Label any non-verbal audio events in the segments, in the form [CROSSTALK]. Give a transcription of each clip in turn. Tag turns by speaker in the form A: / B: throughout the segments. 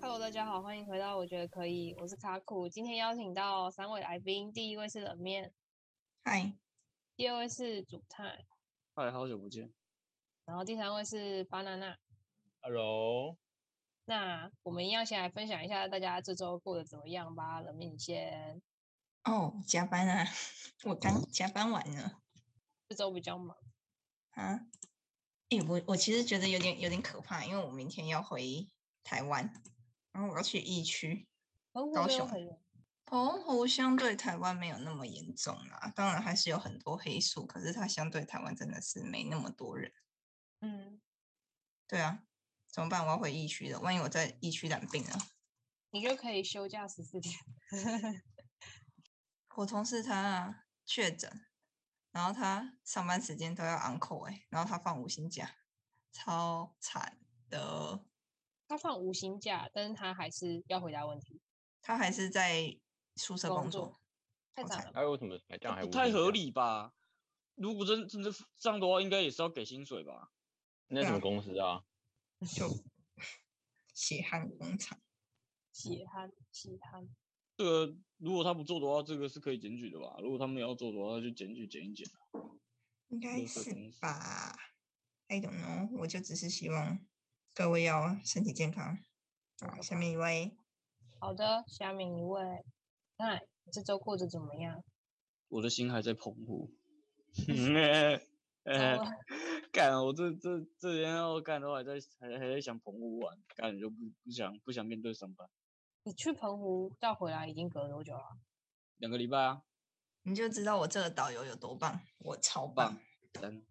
A: Hello，大家好，欢迎回到我觉得可以，我是卡酷。今天邀请到三位来宾，第一位是冷面，
B: 嗨，
A: 第二位是煮菜，
C: 嗨，好久不见。
A: 然后第三位是巴娜娜。
D: Hello，
A: 那我们一样先来分享一下大家这周过得怎么样吧。冷面，你先。
B: 哦，加班啊， [LAUGHS] 我刚加班完了
A: 这周比较忙，
B: 啊。诶，我我其实觉得有点有点可怕，因为我明天要回台湾，然后我要去疫区。
A: 澎湖
B: 高
A: 没有
B: 雄
A: 很远
B: 澎湖相对台湾没有那么严重啦，当然还是有很多黑数，可是它相对台湾真的是没那么多人。
A: 嗯，
B: 对啊，怎么办？我要回疫区了，万一我在疫区染病了。
A: 你就可以休假十四天。 [LAUGHS]
B: 我同事他确诊，然后他上班时间都要 uncle 哎、然后他放五星假，超惨的。
A: 他放无薪假，但是他还是要回答问题，
B: 他还是在宿舍
A: 工
B: 工
A: 作
B: 作，
A: 太
B: 好
A: 惨
B: 惨
A: 了吧。
D: 还有什么？哎这样还
C: 不
D: 无
C: 太
D: 薪
C: 合
D: 假。
C: 理吧？如果真真的这样的话，应该也是要给薪水吧？
D: 那
B: 对
D: 什
B: 啊
D: 么公司啊？
B: 就血汗工厂。
A: 血汗，血汗。
C: 这个如果他不做的话，这个是可以检举的吧？如果他们要做的话，那就检举检一啊检。
B: 应该
C: 绿色
B: 是
C: 公司
B: 吧？I don't know，我就只是希望各位要身体健康。好，下面一位，
A: 好的，下面一位，那你这周过得怎么样？
C: 我的心还在澎
D: [LAUGHS]
C: 湖。
A: 糟了
C: 哎哎
D: 哦
C: [LAUGHS] 干！我这这这天要干都还在还还在想澎湖玩，干就不不想不想面对上班。
A: 你去澎湖到回来已经隔多久了？啊
C: 两个礼拜啊，
B: 你就知道我这个导游有多棒，我超
C: 棒
B: 棒。
C: 赞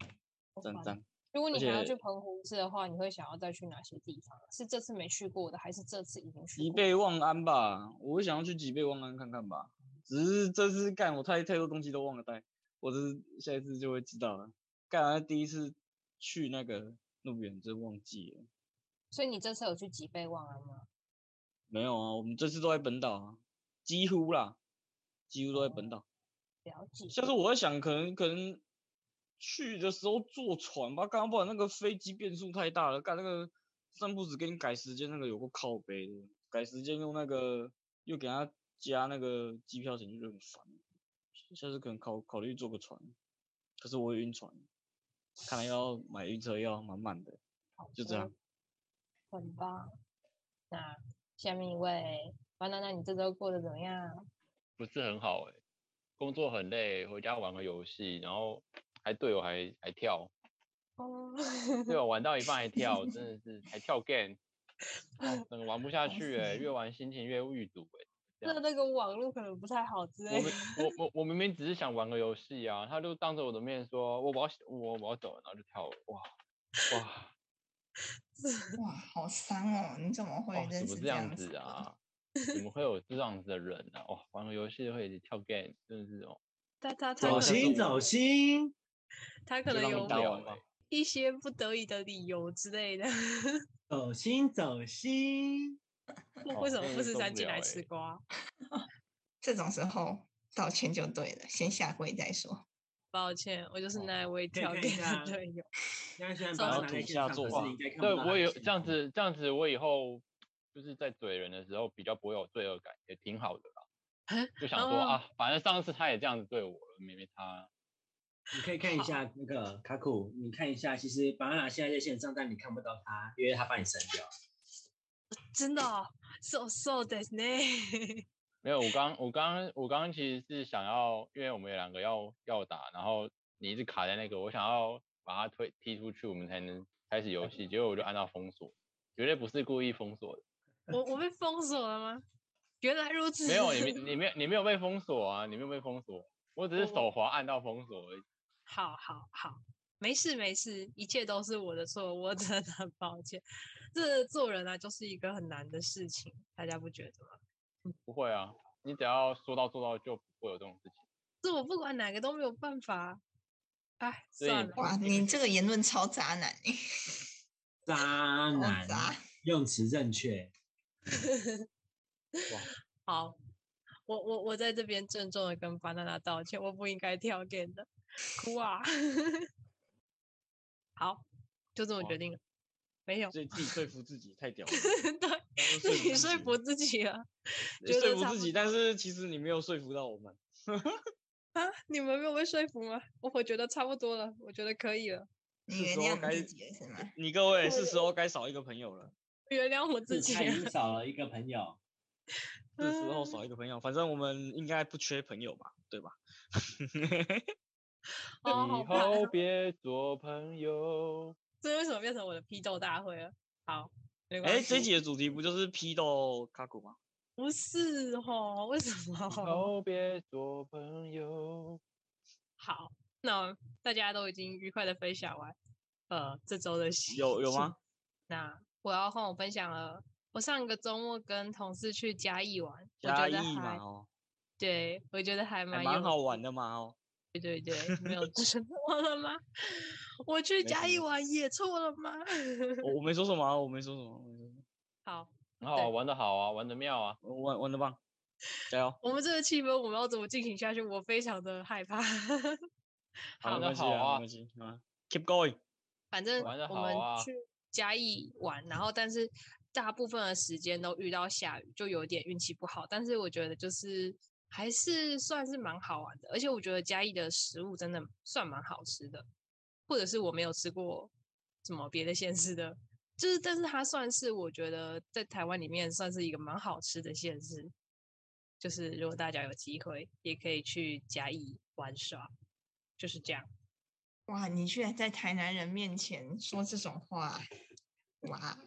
A: 好
C: 赞
A: 烦
C: 赞！
A: 如果
C: 而
A: 你还要
C: 且
A: 去澎湖一次的话，你会想要再去哪些地方？啊是这次没去过的，还是这次已经去
C: 吉
A: 过？
C: 贝望安吧，我会想要去吉贝望安看看吧。只是这次干我太太多东西都忘了带，我这是下一次就会知道了。干完第一次去那个那么远真忘记了，
A: 所以你这次有去吉贝望安吗？
C: 没有啊，我们这次都在本岛啊，几乎啦，几乎都在本岛。
A: 了解。
C: 下次我在想，可能可能去的时候坐船吧，刚刚不然那个飞机变数太大了，干那个散步只给你改时间，那个有个靠背的，改时间用那个又给他加那个机票钱就很烦。下次可能考考虑坐个船，可是我也晕船，看来要买晕车药，满满的，
A: 好
C: 就这
A: 的
C: 样。
A: 很棒。那下面一位，巴娜娜，你这周过得怎么样？啊
D: 不是很好哎、工作很累，回家玩个游戏，然后还队友还还跳，
A: 哦， [LAUGHS]
D: 队友玩到一半还跳，真的是还跳 game，哦整个玩不
B: 好
D: 下去
B: 死
D: 哎、
B: 人
D: 越玩心情越郁堵哎、这
A: 那
D: 样
A: 那个网络可能不太好之类
D: 我。明我我我明明只是想玩个游戏啊，他就当着我的面说我我要我我要走了，然后就跳了，哇哇，
B: 哇，好伤哦！你怎么会
D: 哦
B: 认
D: 怎
B: 识
D: 么这
B: 样
D: 样
B: 子
D: 子
B: 的？
D: 啊？怎么会有这样子的人呢、啊？哇，玩个游戏会一直跳 game，真的是哦，
A: 他他他
C: 早
A: 可
C: 可能心
A: 能
C: 是早我
E: 心，
A: 他可能
D: 就让
A: 有
D: 你聊
C: 有
D: 吧。
A: 一些不得已的理由之类的。
E: 走心，走心。
D: 哦
A: 为什
D: 真
A: 么
D: 的
A: 富
D: 是
A: 士
D: 受
A: 山
D: 不
A: 进
D: 了
A: 来
D: 欸
A: 吃瓜？
B: 这种时候道歉就对了，先下跪再说。
A: 抱歉，我就是
D: 哦
A: 那一位
E: 可以
A: 调
E: 看一
A: 给的
E: 下
A: 队友。
E: 现在虽然
A: 早上
E: 把它拿
C: 土
E: 来现
C: 下
E: 场，
C: 作
E: 可
C: 画
E: 是你应该看不
D: 对
E: 到它
D: 我
E: 的嗯
D: 有
E: 现
D: 这样
E: 况，
D: 子，这样子我以后就是在怼人的时候比较不会有罪恶感，也挺好的啦。就想说啊，反正上次他也这样子对我了，没没他。
E: 你可以看一下那个卡库，你看一下，其实巴拿现在在线上，但你看不到他，因为他把你删掉。
A: 真的哦，so so 的呢。 [LAUGHS]
D: 没有，我刚我刚我刚刚其实是想要，因为我们有两个要要打，然后你一直卡在那个，我想要把他推踢出去，我们才能开始游戏。结果我就按到封锁，绝对不是故意封锁的。
A: 我我被封锁了吗？原来如此。
D: 没有，你没你没有你没有被封锁啊，你没有被封锁，我只是
A: 我
D: 手滑按到封锁而已。
A: [LAUGHS] 好好好，没事没事，一切都是我的错，我真的很抱歉。这做人啊，就是一个很难的事情，大家不觉得吗？
D: 不会啊，你只要说到做到就不会有这种事情。
A: 这我不管哪个都没有办法。哎，
D: 所以
A: 算
D: 你
A: 了，
B: 哇，你这个言论超渣男、欸，
E: 渣
B: 好
E: 男，
B: 渣！
E: 用词正确。
A: 好，我我我在这边郑重的跟巴娜娜道歉，我不应该跳 g 的， [LAUGHS] 哭啊！好，就这么决
D: 哇
A: 定了。没有，
C: 所以自己说服自己太屌了。
A: [LAUGHS] 对，
C: 刚刚
A: 自 [LAUGHS] 己
C: 说
A: 说
C: 服
A: 服自己了。
C: 自己
A: 觉得
C: 说服
A: 差
C: 自
A: 不
C: 己，但是其实你没有说服到我们。
A: 啊，你们没有被说服吗？我我觉得差不多了，我觉得可以了，
B: 你
C: 是
B: 原
C: 时候
B: 谅
C: 该
B: 你自己了是吗？
C: 你
A: [LAUGHS]
C: 各位
A: 我
C: 是时候该少一个朋友了，
A: 原谅我自
E: 是
A: 己
E: 他已经
A: 了。
E: 少了一个朋友，
C: 是时
A: [LAUGHS]
C: 候
A: 嗯
C: 少一个朋友。反正我们应该不缺朋友吧，对吧？ [LAUGHS]
A: 哦，好
D: 以
A: 吧，
D: 后
C: 啊
D: 别做朋友。
A: 这为什么变成我的批斗大会了？好，没关
C: 哎，
A: 系。
C: 这一集的主题不就是批斗卡古吗？
A: 不是哦，为什
C: [LAUGHS]
D: 以
A: 么？ [LAUGHS]
D: 后别做朋友。
A: 好，那大家都已经愉快的分享完，呃，这周的喜
C: 有有
A: 庆
C: 吗？
A: 那我要换我分享了。我上个周末跟同事去嘉义玩，我
C: 嘉
A: 觉得
C: 义嘛，
A: 还
C: 哦，
A: 对，我觉得还
C: 还
A: 蛮
C: 蛮
A: 有
C: 好
A: 趣
C: 玩的嘛，哦。
A: 对对对，
C: [LAUGHS]
A: 没有错了吗？我去
C: 没
A: 嘉
C: 什
A: 义
C: 么
A: 玩也错了吗？
C: 我我没说什么啊，我没说什么，我没说什么
A: 好，
D: 很好啊，
A: 对
D: 玩的好啊，玩的妙啊。
C: 我玩玩的棒，加油！
A: 我们这个气氛我们要怎么进行下去？我非常的害怕。 [LAUGHS]
C: 好，
A: 好
C: 没
D: 的
C: 关系
D: 好
C: 啊，
D: 啊
C: 没关系啊
A: [LAUGHS]
C: ，Keep going。
A: 反正
D: 玩得
A: 我
D: 好
A: 们
D: 啊
A: 去嘉义玩，然后但是大部分的时间都遇到下雨，就有点运气不好。但是我觉得就是还是算是蛮好玩的，而且我觉得嘉义的食物真的算蛮好吃的，或者是我没有吃过什么别的县市的，就是但是它算是我觉得在台湾里面算是一个蛮好吃的县市。就是如果大家有机会，也可以去嘉义玩耍，就是这样。
B: 哇，你居然在台南人面前说这种话，哇！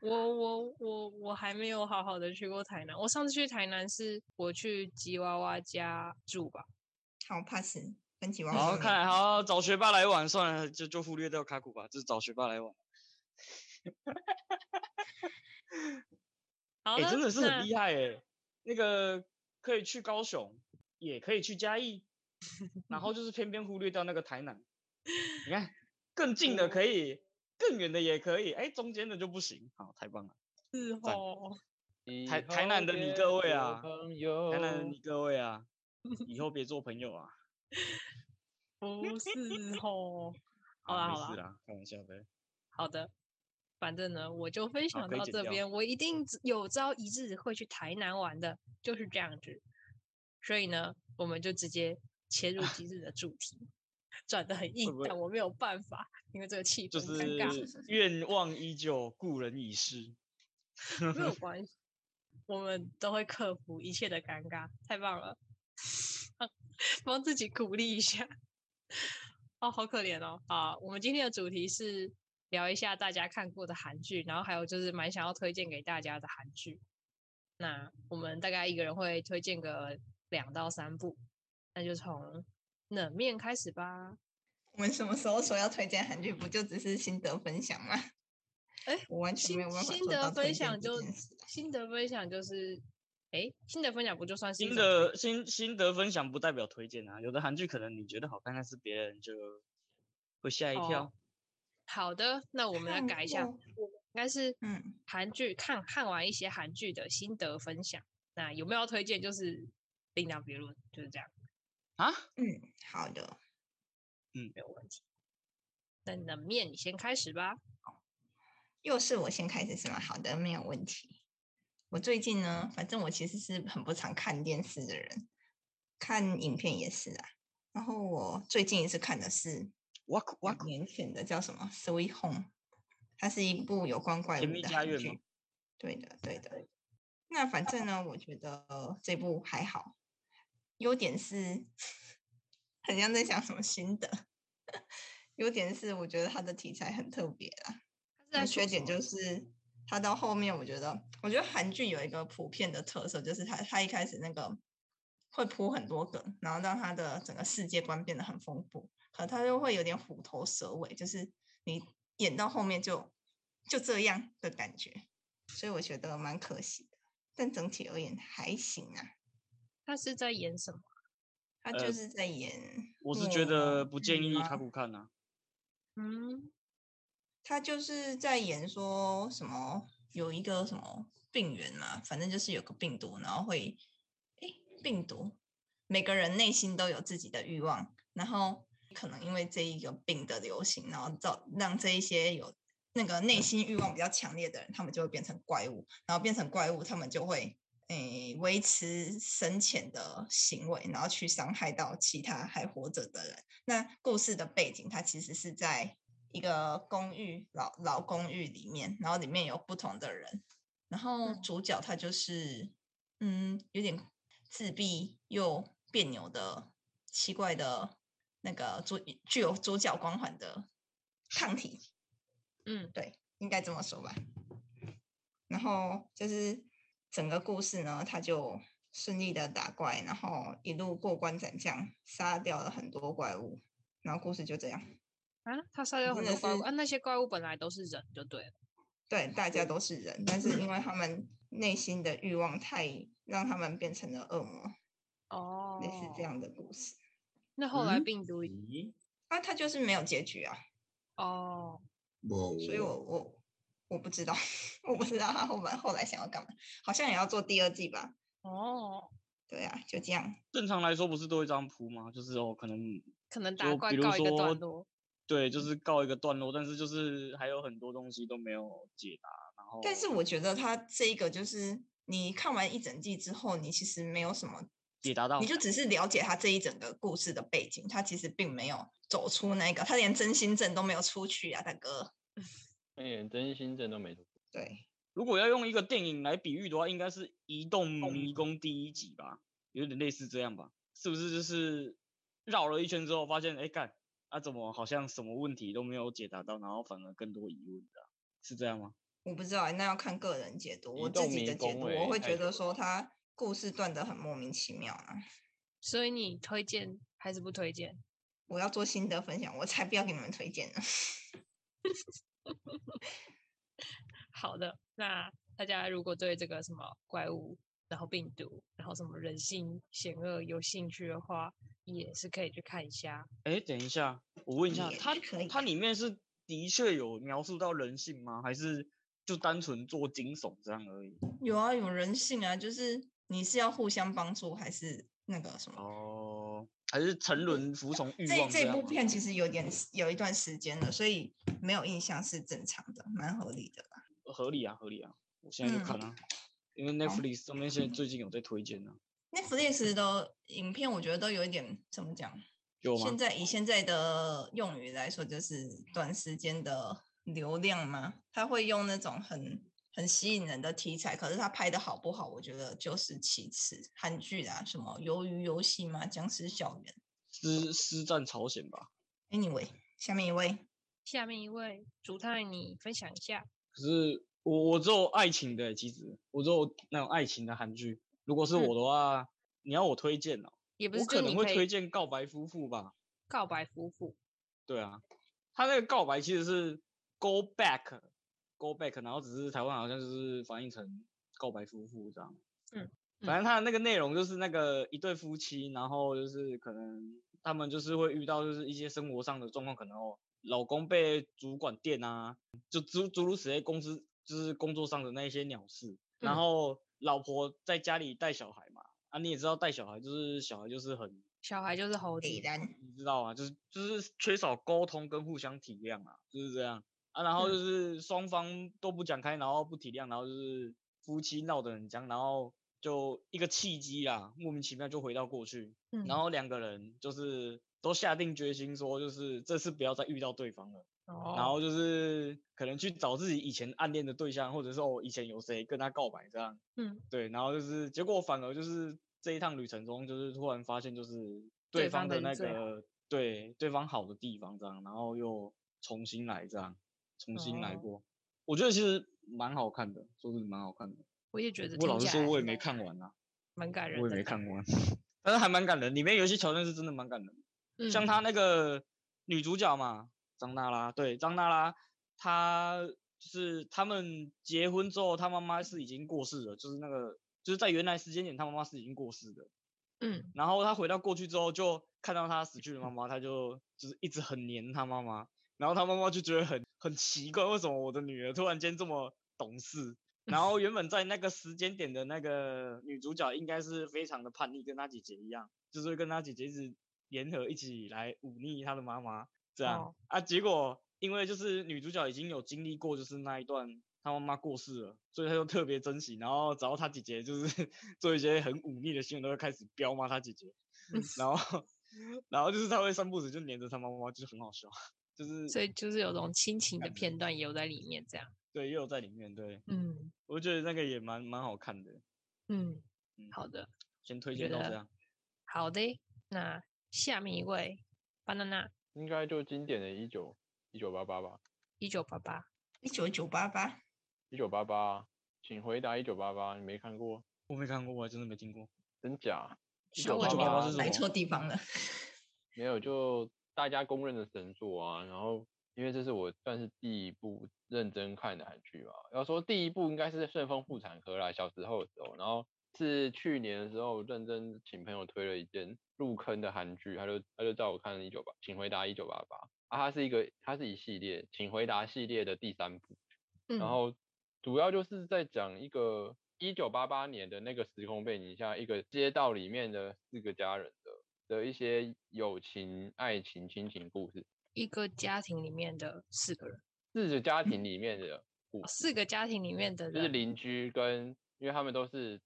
A: 我我我我还没有好好的去过台南。我上次去台南是我去吉娃娃家住吧，
B: 好 pass，跟吉娃
C: 好，
B: 娃
C: 看来还要找学霸来玩，算了，就就忽略掉卡古吧，就找学霸来玩。
A: 好
C: 哎、
A: 了，
C: 真的是很
A: 那
C: 厉害哎、那个可以去高雄，也可以去嘉义，
A: [LAUGHS]
C: 然后就是偏偏忽略掉那个台南。你看，更近的可以，更远的也可以，哎、中间的就不行。好，太棒了！
A: 是
C: 赞
A: 哦。
C: 台
D: 以
C: 台南的
D: 后
C: 你
D: 别
C: 各位
D: 做
C: 啊
D: 朋友，
C: 台
A: 哦
C: 南的你各位啊，以
A: [LAUGHS]
C: 后别做朋友啊。
A: 不是哦，好啦
C: 啊，
A: 好
C: 没事
A: 啦
C: 啦，开玩笑的。
A: 好的。反正呢，我就分享
C: 可以
A: 到
C: 剪
A: 这
C: 掉
A: 边，我一定只有朝一日会去台南玩的，就是这样子。所以呢，我们就直接切入今日的主
C: [LAUGHS]
A: 题，转的很硬
C: 不，会
A: 但我没有办法，因为这个气
C: 就
A: 氛尴尬。 [LAUGHS]
C: 是愿望依旧，故人已逝。
A: 没有关系，我们都会克服一切的尴尬，太棒了！啊帮自己鼓励一下。 [LAUGHS] 哦，好可怜哦！啊，我们今天的主题是聊一下大家看过的韩剧，然后还有就是蛮想要推荐给大家的韩剧。那我们大概一个人会推荐个两到三部，那就从冷面开始吧。
B: 我们什么时候说要推荐韩剧？不就只是心得分享吗？
A: 哎
B: 我完全
A: 心
B: 没有办法
A: 心
B: 做
A: 得
B: 到推
A: 分
B: 荐
A: 享
B: 这
A: 就
B: 件事
A: 心得分享就是，哎，心得分享不就算是一
C: 心
A: 种推
C: 得心心得分享不代表推荐啊，有的韩剧可能你觉得好看，但是别人就会吓一跳。
A: 哦好的，那我们来
B: 看
A: 改一下，
B: 过
A: 应该是
B: 嗯
A: 韩剧看看完一些韩剧的心得分享。那有没有要推荐？就是另当别论，就是这样，
C: 啊，
B: 嗯，好的。
A: 没有问题。那冷面，你先开始吧。
B: 又是我先开始是吗？好的，没有问题。我最近呢，反正我其实是很不常看电视的人，看影片也是啊。然后我最近一次看的是
C: 哇酷哇
B: 两
A: 嗯
C: 酷，
B: 年前的，叫什么《Sweet Home》，它是一部有关怪
C: 甜
B: 物
C: 蜜
B: 的
C: 家
B: 韩
C: 园吗哦
B: 剧。对的，对的。那反正呢，我觉得这部还好，优点是很像在讲什么新 [LAUGHS] 的，优点是我觉得它的题材很特别啦。
A: 他
B: 那
A: 是在说
B: 缺
A: 什
B: 点
A: 么
B: 就是它到后面，我觉得，我觉得韩剧有一个普遍的特色，就是它它一开始那个会铺很多梗，然后让它的整个世界观变得很丰富，可它又会有点虎头蛇尾，就是你演到后面就就这样的感觉，所以我觉得蛮可惜的。但整体而言还行啊，
A: 他是在演什么？
B: 它
C: 呃
B: 就是在演、
C: 我是觉得不建议卡
B: 他。
C: 古看啊。
A: 嗯，
B: 他就是在演说什么有一个什么病源嘛，反正就是有个病毒，然后会，诶，病毒，每个人内心都有自己的欲望，然后可能因为这一个病的流行，然后造让这一些有那个内心欲望比较强烈的人，他们就会变成怪物，然后变成怪物，他们就会诶维持深潜的行为，然后去伤害到其他还活着的人。那故事的背景，它其实是在一个公寓老老公寓里面，然后里面有不同的人，然后
A: 嗯
B: 主角他就是嗯有点自闭又别扭的奇怪的那个主具有主角光环的抗体，
A: 嗯，
B: 对，应该这么说吧。然后就是整个故事呢，他就顺利的打怪，然后一路过关斩将，杀掉了很多怪物，然后故事就这样。
A: 啊，他杀掉
B: 真
A: 很
B: 的
A: 多怪物
B: 是
A: 啊，那些怪物本来都是人就对了，
B: 对，大家都是人，但是因为他们内心的欲望太让他们变成了恶魔，
A: 哦
B: 类似这。样的故事。
A: 那后来
E: 嗯
A: 病毒
E: 咦，
B: 啊，他就是没有结局啊，
A: 哦，
E: 我
B: 所以我我我不知道， [LAUGHS] 我不知道他后来后来想要干嘛，好像也要做第二季吧？
A: 哦，
B: 对啊，就这样。
C: 正常来说不是都会这样铺吗？就是哦，可能
A: 可能打
C: 就
A: 怪
C: 比如
A: 告一个段
C: 说
A: 落，，
C: 对，就是告一个段落，但是就是还有很多东西都没有解答。然后，
B: 但是我觉得他这一个就是你看完一整季之后，你其实没有什么，
C: 解答到
B: 你就只是了解他这一整个故事的背景，他其实并没有走出那个，他连真心症都没有出去啊，大哥。
D: 那点哎真心真都没出。
B: 对，
C: 如果要用一个电影来比喻的话，应该是《移动迷宫》第一集吧，有点类似这样吧？是不是就是绕了一圈之后发现，哎、干，啊怎么好像什么问题都没有解答到，然后反而更多疑问的啊、是这样吗？
B: 我不知道欸，那要看个人解读。
D: 移
B: 我自
D: 动
B: 己的解
D: 迷宫
B: 读，
D: 欸
B: 我会
D: 太
B: 觉
D: 久
B: 得
D: 了
B: 说他故事断得很莫名其妙啊。
A: 所以你推荐还是不推荐？
B: 我要做心得分享，我才不要给你们推荐 [LAUGHS] 呢。
A: 好的，那大家如果对这个什么怪物，然后病毒，然后什么人性险恶有兴趣的话，也是可以去看一下。
C: 哎、等一下，我问一下，
B: 也
C: 它
B: 是
A: 哎
B: 可以
C: 它里面是的确有描述到人性吗？还是就单纯做惊悚这样而已？
B: 有啊，有人性啊，就是你是要互相帮助还是那个什么？
C: 哦，还是沉沦服从欲
B: 这
C: 望
B: 这
C: 样
B: 部
C: 吗
B: 片其实有点时有一段时间了，所以没有印象是正常的，蛮合理的啦。
C: 合理啊，合理啊，我现在就
B: 嗯
C: 看啊，因为 Netflix 上面现在最近有在推荐啊，
B: Netflix 的影片我觉得都有一点怎么讲？
C: 有吗
B: 现？在以现在的用语来说，就是短时间的流量嘛，他会用那种很很吸引人的题材，可是他拍的好不好，我觉得就是其次。韩剧啊，什么《鱿鱼游戏》嘛，《僵尸校园
C: 师师战朝鲜吧。》。
B: Anyway，下面一位，
A: 下面一位竹太，你分享一下。
C: 可是我我只有爱情的欸、其实我只有那种爱情的韩剧。如果是
A: 嗯
C: 我的话，你要我推荐哦、
A: 也不
C: 我
A: 是
C: 可
A: 就
C: 能
A: 你
C: 会
A: 可以
C: 推荐《告白夫妇》吧。
A: 告白夫妇
C: 对啊，他那个告白其实是 go back go back，然后只是台湾好像就是翻译成告白夫妇这样。
A: 嗯，
C: 反正他的那个内容就是那个一对夫妻，然后就是可能他们就是会遇到就是一些生活上的状况，可能哦老公被主管电啊，就诸诸如此类公司就是工作上的那一些鸟事，然
A: 嗯
C: 后老婆在家里带小孩嘛，啊你也知道带小孩就是小孩就是很
A: 小孩就是猴子，
B: 李然，
C: 你知道吗？就是就是缺少沟通跟互相体谅啊，就是这样啊。然
A: 嗯
C: 后就是双方都不讲开，然后不体谅，然后就是夫妻闹得很僵，然后就一个契机啦，莫名其妙就回到过去，
A: 嗯
C: 然后两个人就是都下定决心说，就是这次不要再遇到对方了。然
A: 哦，
C: 后就是可能去找自己以前暗恋的对象，或者是我、哦、以前有谁跟他告白这样。
A: 嗯，
C: 对，然后就是结果反而就是这一趟旅程中，就是突然发现就是
A: 对
C: 方
A: 方
C: 的
A: 的
C: 那
A: 你最好
C: 个对对方好的地方这样，然后又重新来这样，重新来
A: 哦
C: 过。我觉得其实蛮好看的，说真的蛮好看的。
A: 我也觉得
C: 不
A: 听
C: 过老实
A: 起
C: 说，
A: 来
C: 我也
A: 蛮
C: 没
A: 感
C: 看
A: 人，
C: 完啊，
A: 蛮感人
C: 我
A: 的。
C: 也没看完， [LAUGHS] 但是还蛮感人。里面有一些桥段是真的蛮感人的。
A: 嗯，
C: 像她那个女主角嘛，张娜拉，对，张娜拉，她就是他们结婚之后，她妈妈是已经过世了，就是那个就是在原来时间点，她妈妈是已经过世的。
A: 嗯，
C: 然后她回到过去之后，就看到她死去的妈妈，她就就是一直很黏她妈妈，然后她妈妈就觉得很很奇怪，为什么我的女儿突然间这么懂事？然后原本在那个时间点的那个女主角应该是非常的叛逆，跟她姐姐一样，就是会跟她姐姐一直联合一起来忤逆她的妈妈这样、
A: 哦
C: 啊。结果因为就是女主角已经有经历过，就是那一段她妈妈过世了，所以她就特别珍惜。然后只要她姐姐就是 [LAUGHS] 做一些很忤逆的行为，都会开始彪骂她姐姐。然后， [LAUGHS] 然后就是她会三步子就黏着她妈妈，就是很好笑，就是
A: 所以就是有种亲情的
C: 感觉
A: 片段也有在里面，这样。
C: 对也有在里面。对
A: 嗯
C: 我觉得那个也蛮蛮好看的，
A: 嗯，
C: 嗯
A: 好的，
C: 先推
A: 我
C: 荐
A: 觉
C: 到这
A: 得
C: 样。
A: 好的。那下面一位，banana
D: 应该就经典的一九一九八八吧，
A: 一九八八，
B: 一九九八八，
D: 一九八八，请回答一九八八，你没看过？
C: 我没看过，我还真的没听过。
D: 真假？
A: 稍微
D: 1988
A: 聊一
C: 1988是
B: 啊
C: 什
B: 来
C: 么
B: 错地方了。
D: 没有，就大家公认的神作啊。然后，因为这是我算是第一部认真看的韩剧吧。要说第一部应该是《顺风妇产科》啦，小时候的时候，然后是去年的时候认真请朋友推了一件入坑的韩剧，他就他就叫我看一九八，请回答一九八八啊，它是一个它是一系列，请回答系列的第三部。
A: 嗯，
D: 然后主要就是在讲一个一九八八年的那个时空背景下，一个街道里面的四个家人的的一些友情、爱情、亲情故事，
A: 一个家庭里面的四个人，
D: 四个家庭里面的故
A: 哦
D: 事，
A: 四个家庭里面的
D: 就是
A: 人，
D: 邻居跟，因为他们都是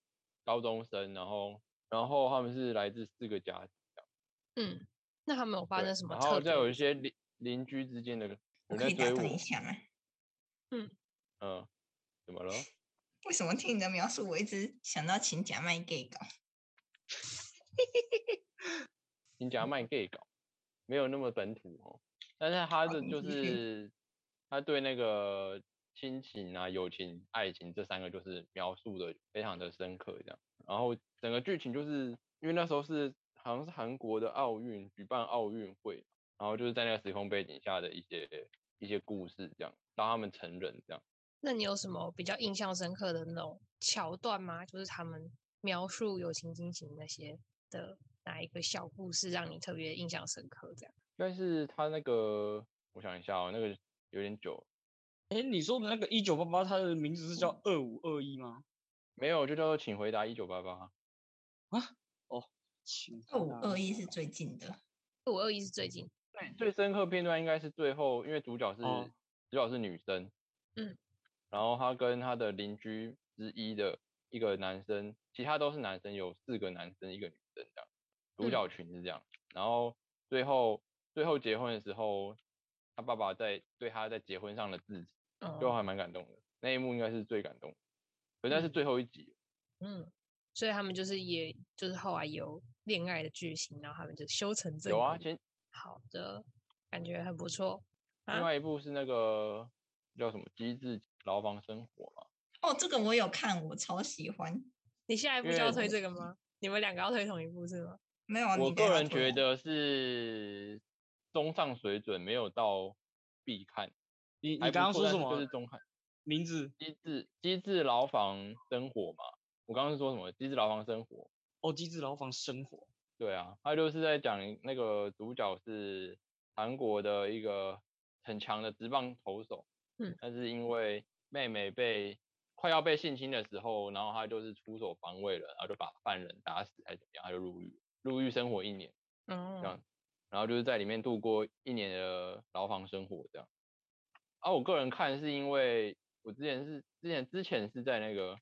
D: 高中生，然后然后他们是来自四个家庭这样，
A: 嗯，那他们有发
D: 对
A: 生什么
D: 然
A: 特
D: 后
A: 别
D: 再有
A: 的
D: 一
A: 事？
D: 些邻邻居之间的
B: 我
D: 有
B: 可
D: 在
B: 以打
D: 追
B: 断
D: 我
B: 一，下吗？
D: 嗯，怎么了？
B: 为什么听你的描述，我一直想到请假卖 gay 稿？
D: 新加卖 gay 搞，没有那么本土哦。但是他
B: 好
D: 的
B: 你
D: 就
B: 继续
D: 是他对那个亲情啊、友情、爱情这三个就是描述的非常的深刻，这样。然后整个剧情就是因为那时候是好像是韩国的奥运举办奥运会，然后就是在那个时空背景下的一些一些故事，这样当他们成人这样。
A: 那你有什么比较印象深刻的那种桥段吗？就是他们描述友情、亲情那些的哪一个小故事让你特别印象深刻？这样，
D: 应该是他那个，我想一下哦，那个有点久，
C: 哎、你说的那个一九八八，它的名字
B: 嗯
C: 是叫二五二一吗？
D: 没有就叫做请回答一九八八。
C: 请
B: 二五
C: 看啊
B: 二一是最近的，
A: 五二一是最近，
D: 最深刻片段应该是最后，因为主角是、
C: 哦
D: 主角是女生，
A: 嗯，
D: 然后她跟她的邻居之一的一个男生，其他都是男生，有四个男生一个女生这样，主
A: 嗯
D: 角群是这样，然后最后最后结婚的时候，他爸爸在对他在结婚上的致辞，最后
A: 哦，
D: 还蛮感动的，那一幕应该是最感动的，可是那是
A: 嗯
D: 最后一集，
A: 嗯，所以他们就是也就是后来有恋爱的剧情，然后他们就修成正
D: 有啊，
A: 果
D: 前
A: 好的感觉很不错。啊
D: 另外一部是那个叫什么《机智牢房生活》嘛，
B: 哦，这个我有看，我超喜欢。
A: 你下一步
D: 因
A: 就要
D: 为
A: 推这个吗？你们两个要推同一部是吗？
B: 没有啊，
D: 我
B: 你等一
D: 个
B: 下
D: 人
B: 推
D: 觉
B: 我，
D: 得是中上水准，没有到必看。
C: 你你
D: 还
C: 刚
D: 不
C: 刚
D: 错
C: 说
D: 但
C: 什
D: 是
C: 么？
D: 就是中看
C: 名字
D: 机智机智牢房生活嘛。我刚刚是说什么？机智牢房生活。
C: 哦，机智牢房生活。
D: 对啊，他就是在讲那个主角是韩国的一个很强的直棒投手，
A: 嗯，
D: 但是因为妹妹被快要被性侵的时候，然后他就是出手防卫了，然后就把犯人打死还是怎么样，他就入狱，入狱生活一年。这
A: 哦
D: 样，然后就是在里面度过一年的牢房生活这样。啊，我个人看是因为我之前是之前之前是在那个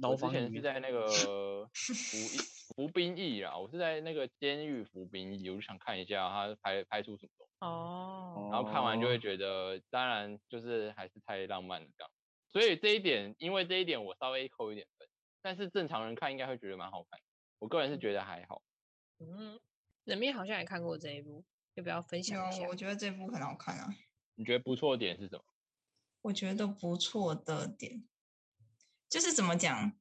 C: 牢
D: 我之
C: 房里
D: 前是
C: 面
D: 在那个服役服兵役啦，我是在那个监狱服兵役，我就想看一下他拍拍出什么东西，
A: 哦，
D: 然后看完就会
C: 哦
D: 觉得，当然就是还是太浪漫了这样。所以这一点，因为这一点我稍微扣一点分，但是正常人看应该会觉得蛮好看的，我个人是觉得还好。
A: 嗯，冷面好像也看过这一部，要不要分享
B: 有啊
A: 一下？
B: 我觉得这部很好看啊。
D: 你觉得不错的点是什么？
B: 我觉得不错的点，就是怎么讲？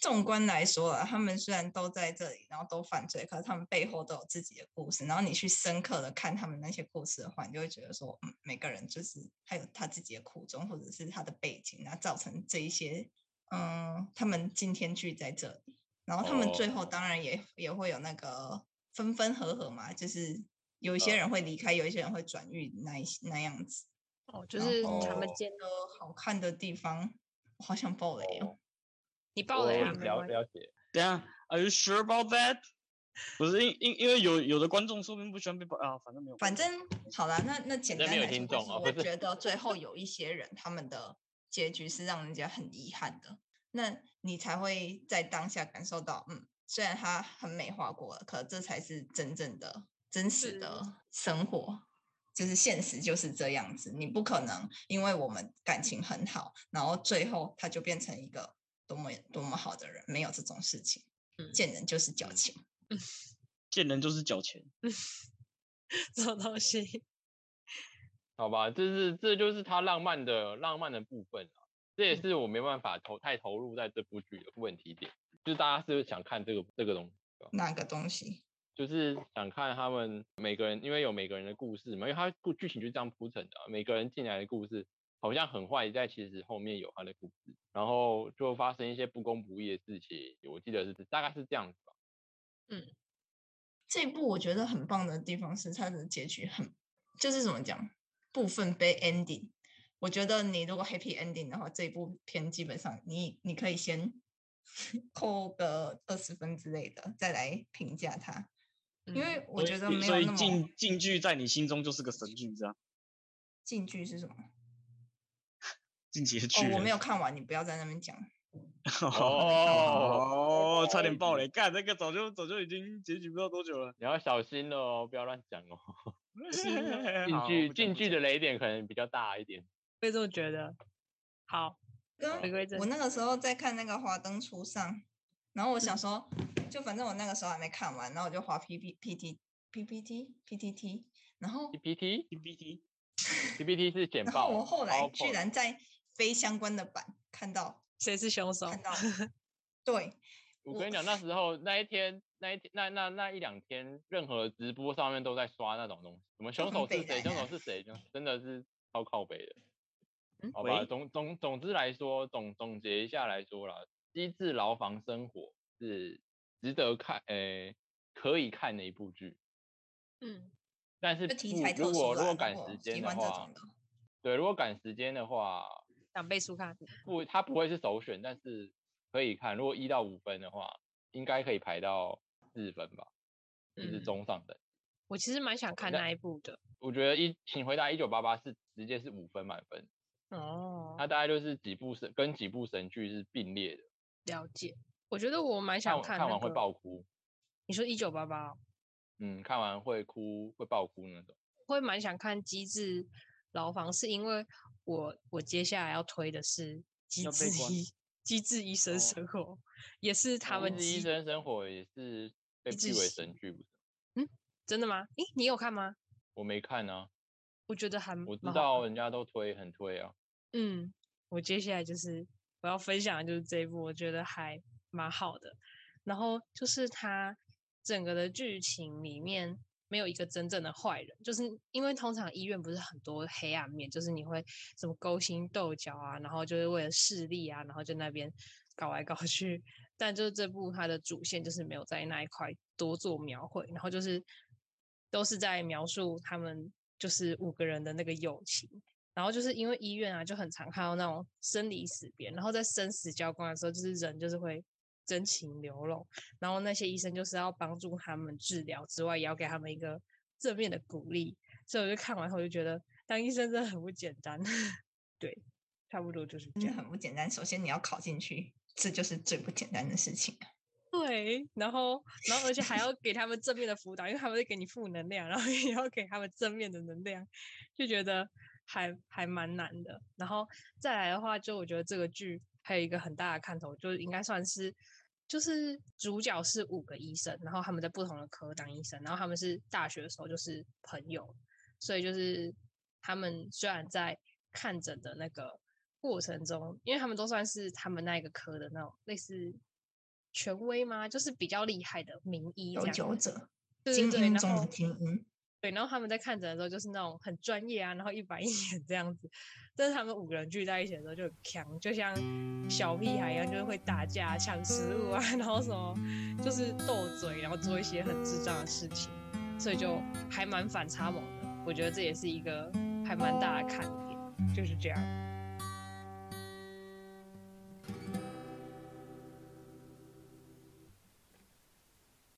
B: 纵观来说啊，他们虽然都在这里，然后都犯罪，可是他们背后都有自己的故事。然后你去深刻的看他们那些故事的话，你就会觉得说，嗯，每个人就是他有他自己的苦衷，或者是他的背景，然后造成这一些，嗯，他们今天聚在这里，然后他们最后
D: 哦
B: 当然也、也会有那个分分合合嘛，就是有一些
D: 嗯
B: 人会离开，有一些人会转运那一那样子。
A: 哦，就
B: 然
A: 是他们
D: 后
A: 见
B: 的好看的地方，我好想爆雷哦！
A: 你爆雷
D: 我
A: 啊，没
D: 了
A: 关系。
D: 了解。
C: 等一下，Are you sure about that？不是因因因为有有的观众说不定不喜欢被霸啊，反正没有关
B: 反
C: 系，
B: 正好啦，那那简
D: 反正
B: 单
D: 没有
B: 来说，
D: 听
B: 就
D: 众
B: 是
D: 啊
B: 我
D: 不是
B: 觉得最后有一些人他们的结局是让人家很遗憾的，那你才会在当下感受到，嗯，虽然他很美化过了，可这才是真正的真实
A: 是
B: 的生活。就是现实就是这样子，你不可能因为我们感情很好，然后最后他就变成一个多么多么好的人，没有这种事情。
A: 嗯
B: 见人就是矫情。
C: 见人就是缴钱，
A: [LAUGHS] 这种东西。
D: 好吧，这是这就是他浪漫的浪漫的部分啊，这也是我没办法投太投入在这部剧的问题点，就是大家是不是想看这个这个东西对吧，
B: 那个东西？
D: 就是想看他们每个人，因为有每个人的故事嘛，因为他故剧情就是这样铺成的啊、每个人进来的故事好像很坏，但其实后面有他的故事，然后就发生一些不公不义的事情，我记得是大概是这样子吧，
B: 这一部我觉得很棒的地方是它的结局很，就是怎么讲，部分被 ending。我觉得你如果 happy ending 的话，这一部片基本上你你可以先 [LAUGHS] 扣个二十分之类的，再来评价它，因
A: 嗯
B: 为我觉得
C: 嗯所以
B: 没
C: 所
B: 有
C: 以
B: 那么
C: 进进剧在你心中就是个神剧，这样
B: 进剧是什么。
C: 进结
B: 哦
C: 局、，
B: 我没有看完，你不要在那边讲。
D: 哦，
C: 哦，差
D: 哦
C: 点爆雷！干那个早就早就已经结局不知道多久了。
D: 你要小心哦，不要乱讲哦，进啊
C: [LAUGHS] 进
D: 剧进剧的雷点可能比较大一点。
A: 我也这么觉得。好，
B: 跟
A: 回归正
B: 嗯我
A: 题
B: 那个时候在看那个《华灯初上》，然后我
A: 嗯
B: 想说，就反正我那个时候还没看完，然后我就滑 P P P T P P T P T T，然后
D: PPT
C: PPT
D: PPT 是简
B: 然
D: 报，
B: 后我后来
D: PowerPoint
B: 居然在非相关的版看到
A: 谁是凶手？
B: 看到，
A: 哦 [LAUGHS]
B: 对，
D: 我
B: 我
D: 跟你讲，那时候那一天那一天那那那一两天，任何直播上面都在刷那种东西，什么
B: 就
D: 凶
B: 很
D: 手
B: 北
D: 是谁，
B: 南
D: 凶手
B: 啊
D: 是谁，就真的是超靠北的。
A: 嗯
D: 好吧，
C: 喂
D: 总总总之来说，总总结一下来说啦，机智牢房生活是值得看，诶、可以看的一部剧。
A: 嗯，
D: 但是
B: 就题
D: 不
B: 材特
D: 如
B: 殊
D: 果
B: 啦。
D: 如果
B: 如
D: 赶
B: 果
D: 时
B: 喜
D: 间的
B: 欢这
D: 话
B: 种，的，
D: 对，如果赶时间的话，
A: 两倍速看。
D: 不，它不会是首选，但是可以看。如果一到五分的话，应该可以排到四分吧，就是
A: 嗯
D: 中上等。
A: 我其实蛮想看
D: 那
A: 那一部的。
D: 我觉得一，请回答一九八八是直接是五分满分，
A: 哦
D: 它大概就是几部神跟几部神剧是并列的，
A: 了解。我觉得我蛮
D: 看
A: 想
D: 完
A: 看、那
D: 看完会
A: 个
D: 爆哭，
A: 你说一九八八，哦
D: 嗯，看完会哭会爆哭那种。
A: 会蛮想看《机智牢房》，是因为我我接下来要推的是《机
C: 要被
A: 智
C: 关
A: 医机智医生
C: 哦
A: 生活》，也是他
D: 我
A: 们
D: 自己
A: 机
D: 医生生活也是被
A: 一
D: 誉
A: 致
D: 为
A: 喜
D: 神剧，不是？
A: 真的吗？诶，你有看吗？
D: 我没看啊，
A: 我觉得还
D: 我知
A: 蛮好
D: 道
A: 看
D: 人家都推很推啊，
A: 嗯，我接下来就是我要分享的就是这一部，我觉得还蛮好的。然后就是它整个的剧情里面没有一个真正的坏人，就是因为通常医院不是很多黑暗面，就是你会什么勾心斗角啊，然后就是为了势力啊，然后就那边搞来搞去。但就是这部它的主线就是没有在那一块多做描绘，然后就是都是在描述他们就是五个人的那个友情。然后就是因为医院啊，就很常看到那种生离死别，然后在生死交关的时候，就是人就是会真情流露，然后那些医生就是要帮助他们治疗之外，也要给他们一个正面的鼓励。所以我就看完后就觉得，当医生真的很不简单。 [LAUGHS] 对，差不多就是这
B: 就
A: 样。
B: 很不简单。首先你要考进去，这就是最不简单的事情。
A: 对，然后，然后而且还要给他们正面的辅导，因为他们会给你负能量，然后也要给他们正面的能量，就觉得还还蛮难的。然后再来的话，就我觉得这个剧还有一个很大的看头，就是应该算是，就是主角是五个医生，然后他们在不同的科当医生，然后他们是大学的时候就是朋友，所以就是他们虽然在看诊的那个过程中，因为他们都算是他们那一个科的那种类似权威吗？就是比较厉害的名医这
B: 有
A: 样。
B: 九者，
A: 对
B: 精
A: 对对，然
B: 英中
A: 后
B: 的精英，
A: 对，然后他们在看诊的时候就是那种很专业啊，然后一板一眼这样子。但是他们五个人聚在一起的时候就很强，就像小屁孩一样，就是会打架、抢食物啊，然后什么就是斗嘴，然后做一些很智障的事情，所以就还蛮反差萌的。我觉得这也是一个还蛮大的看点，就是这样。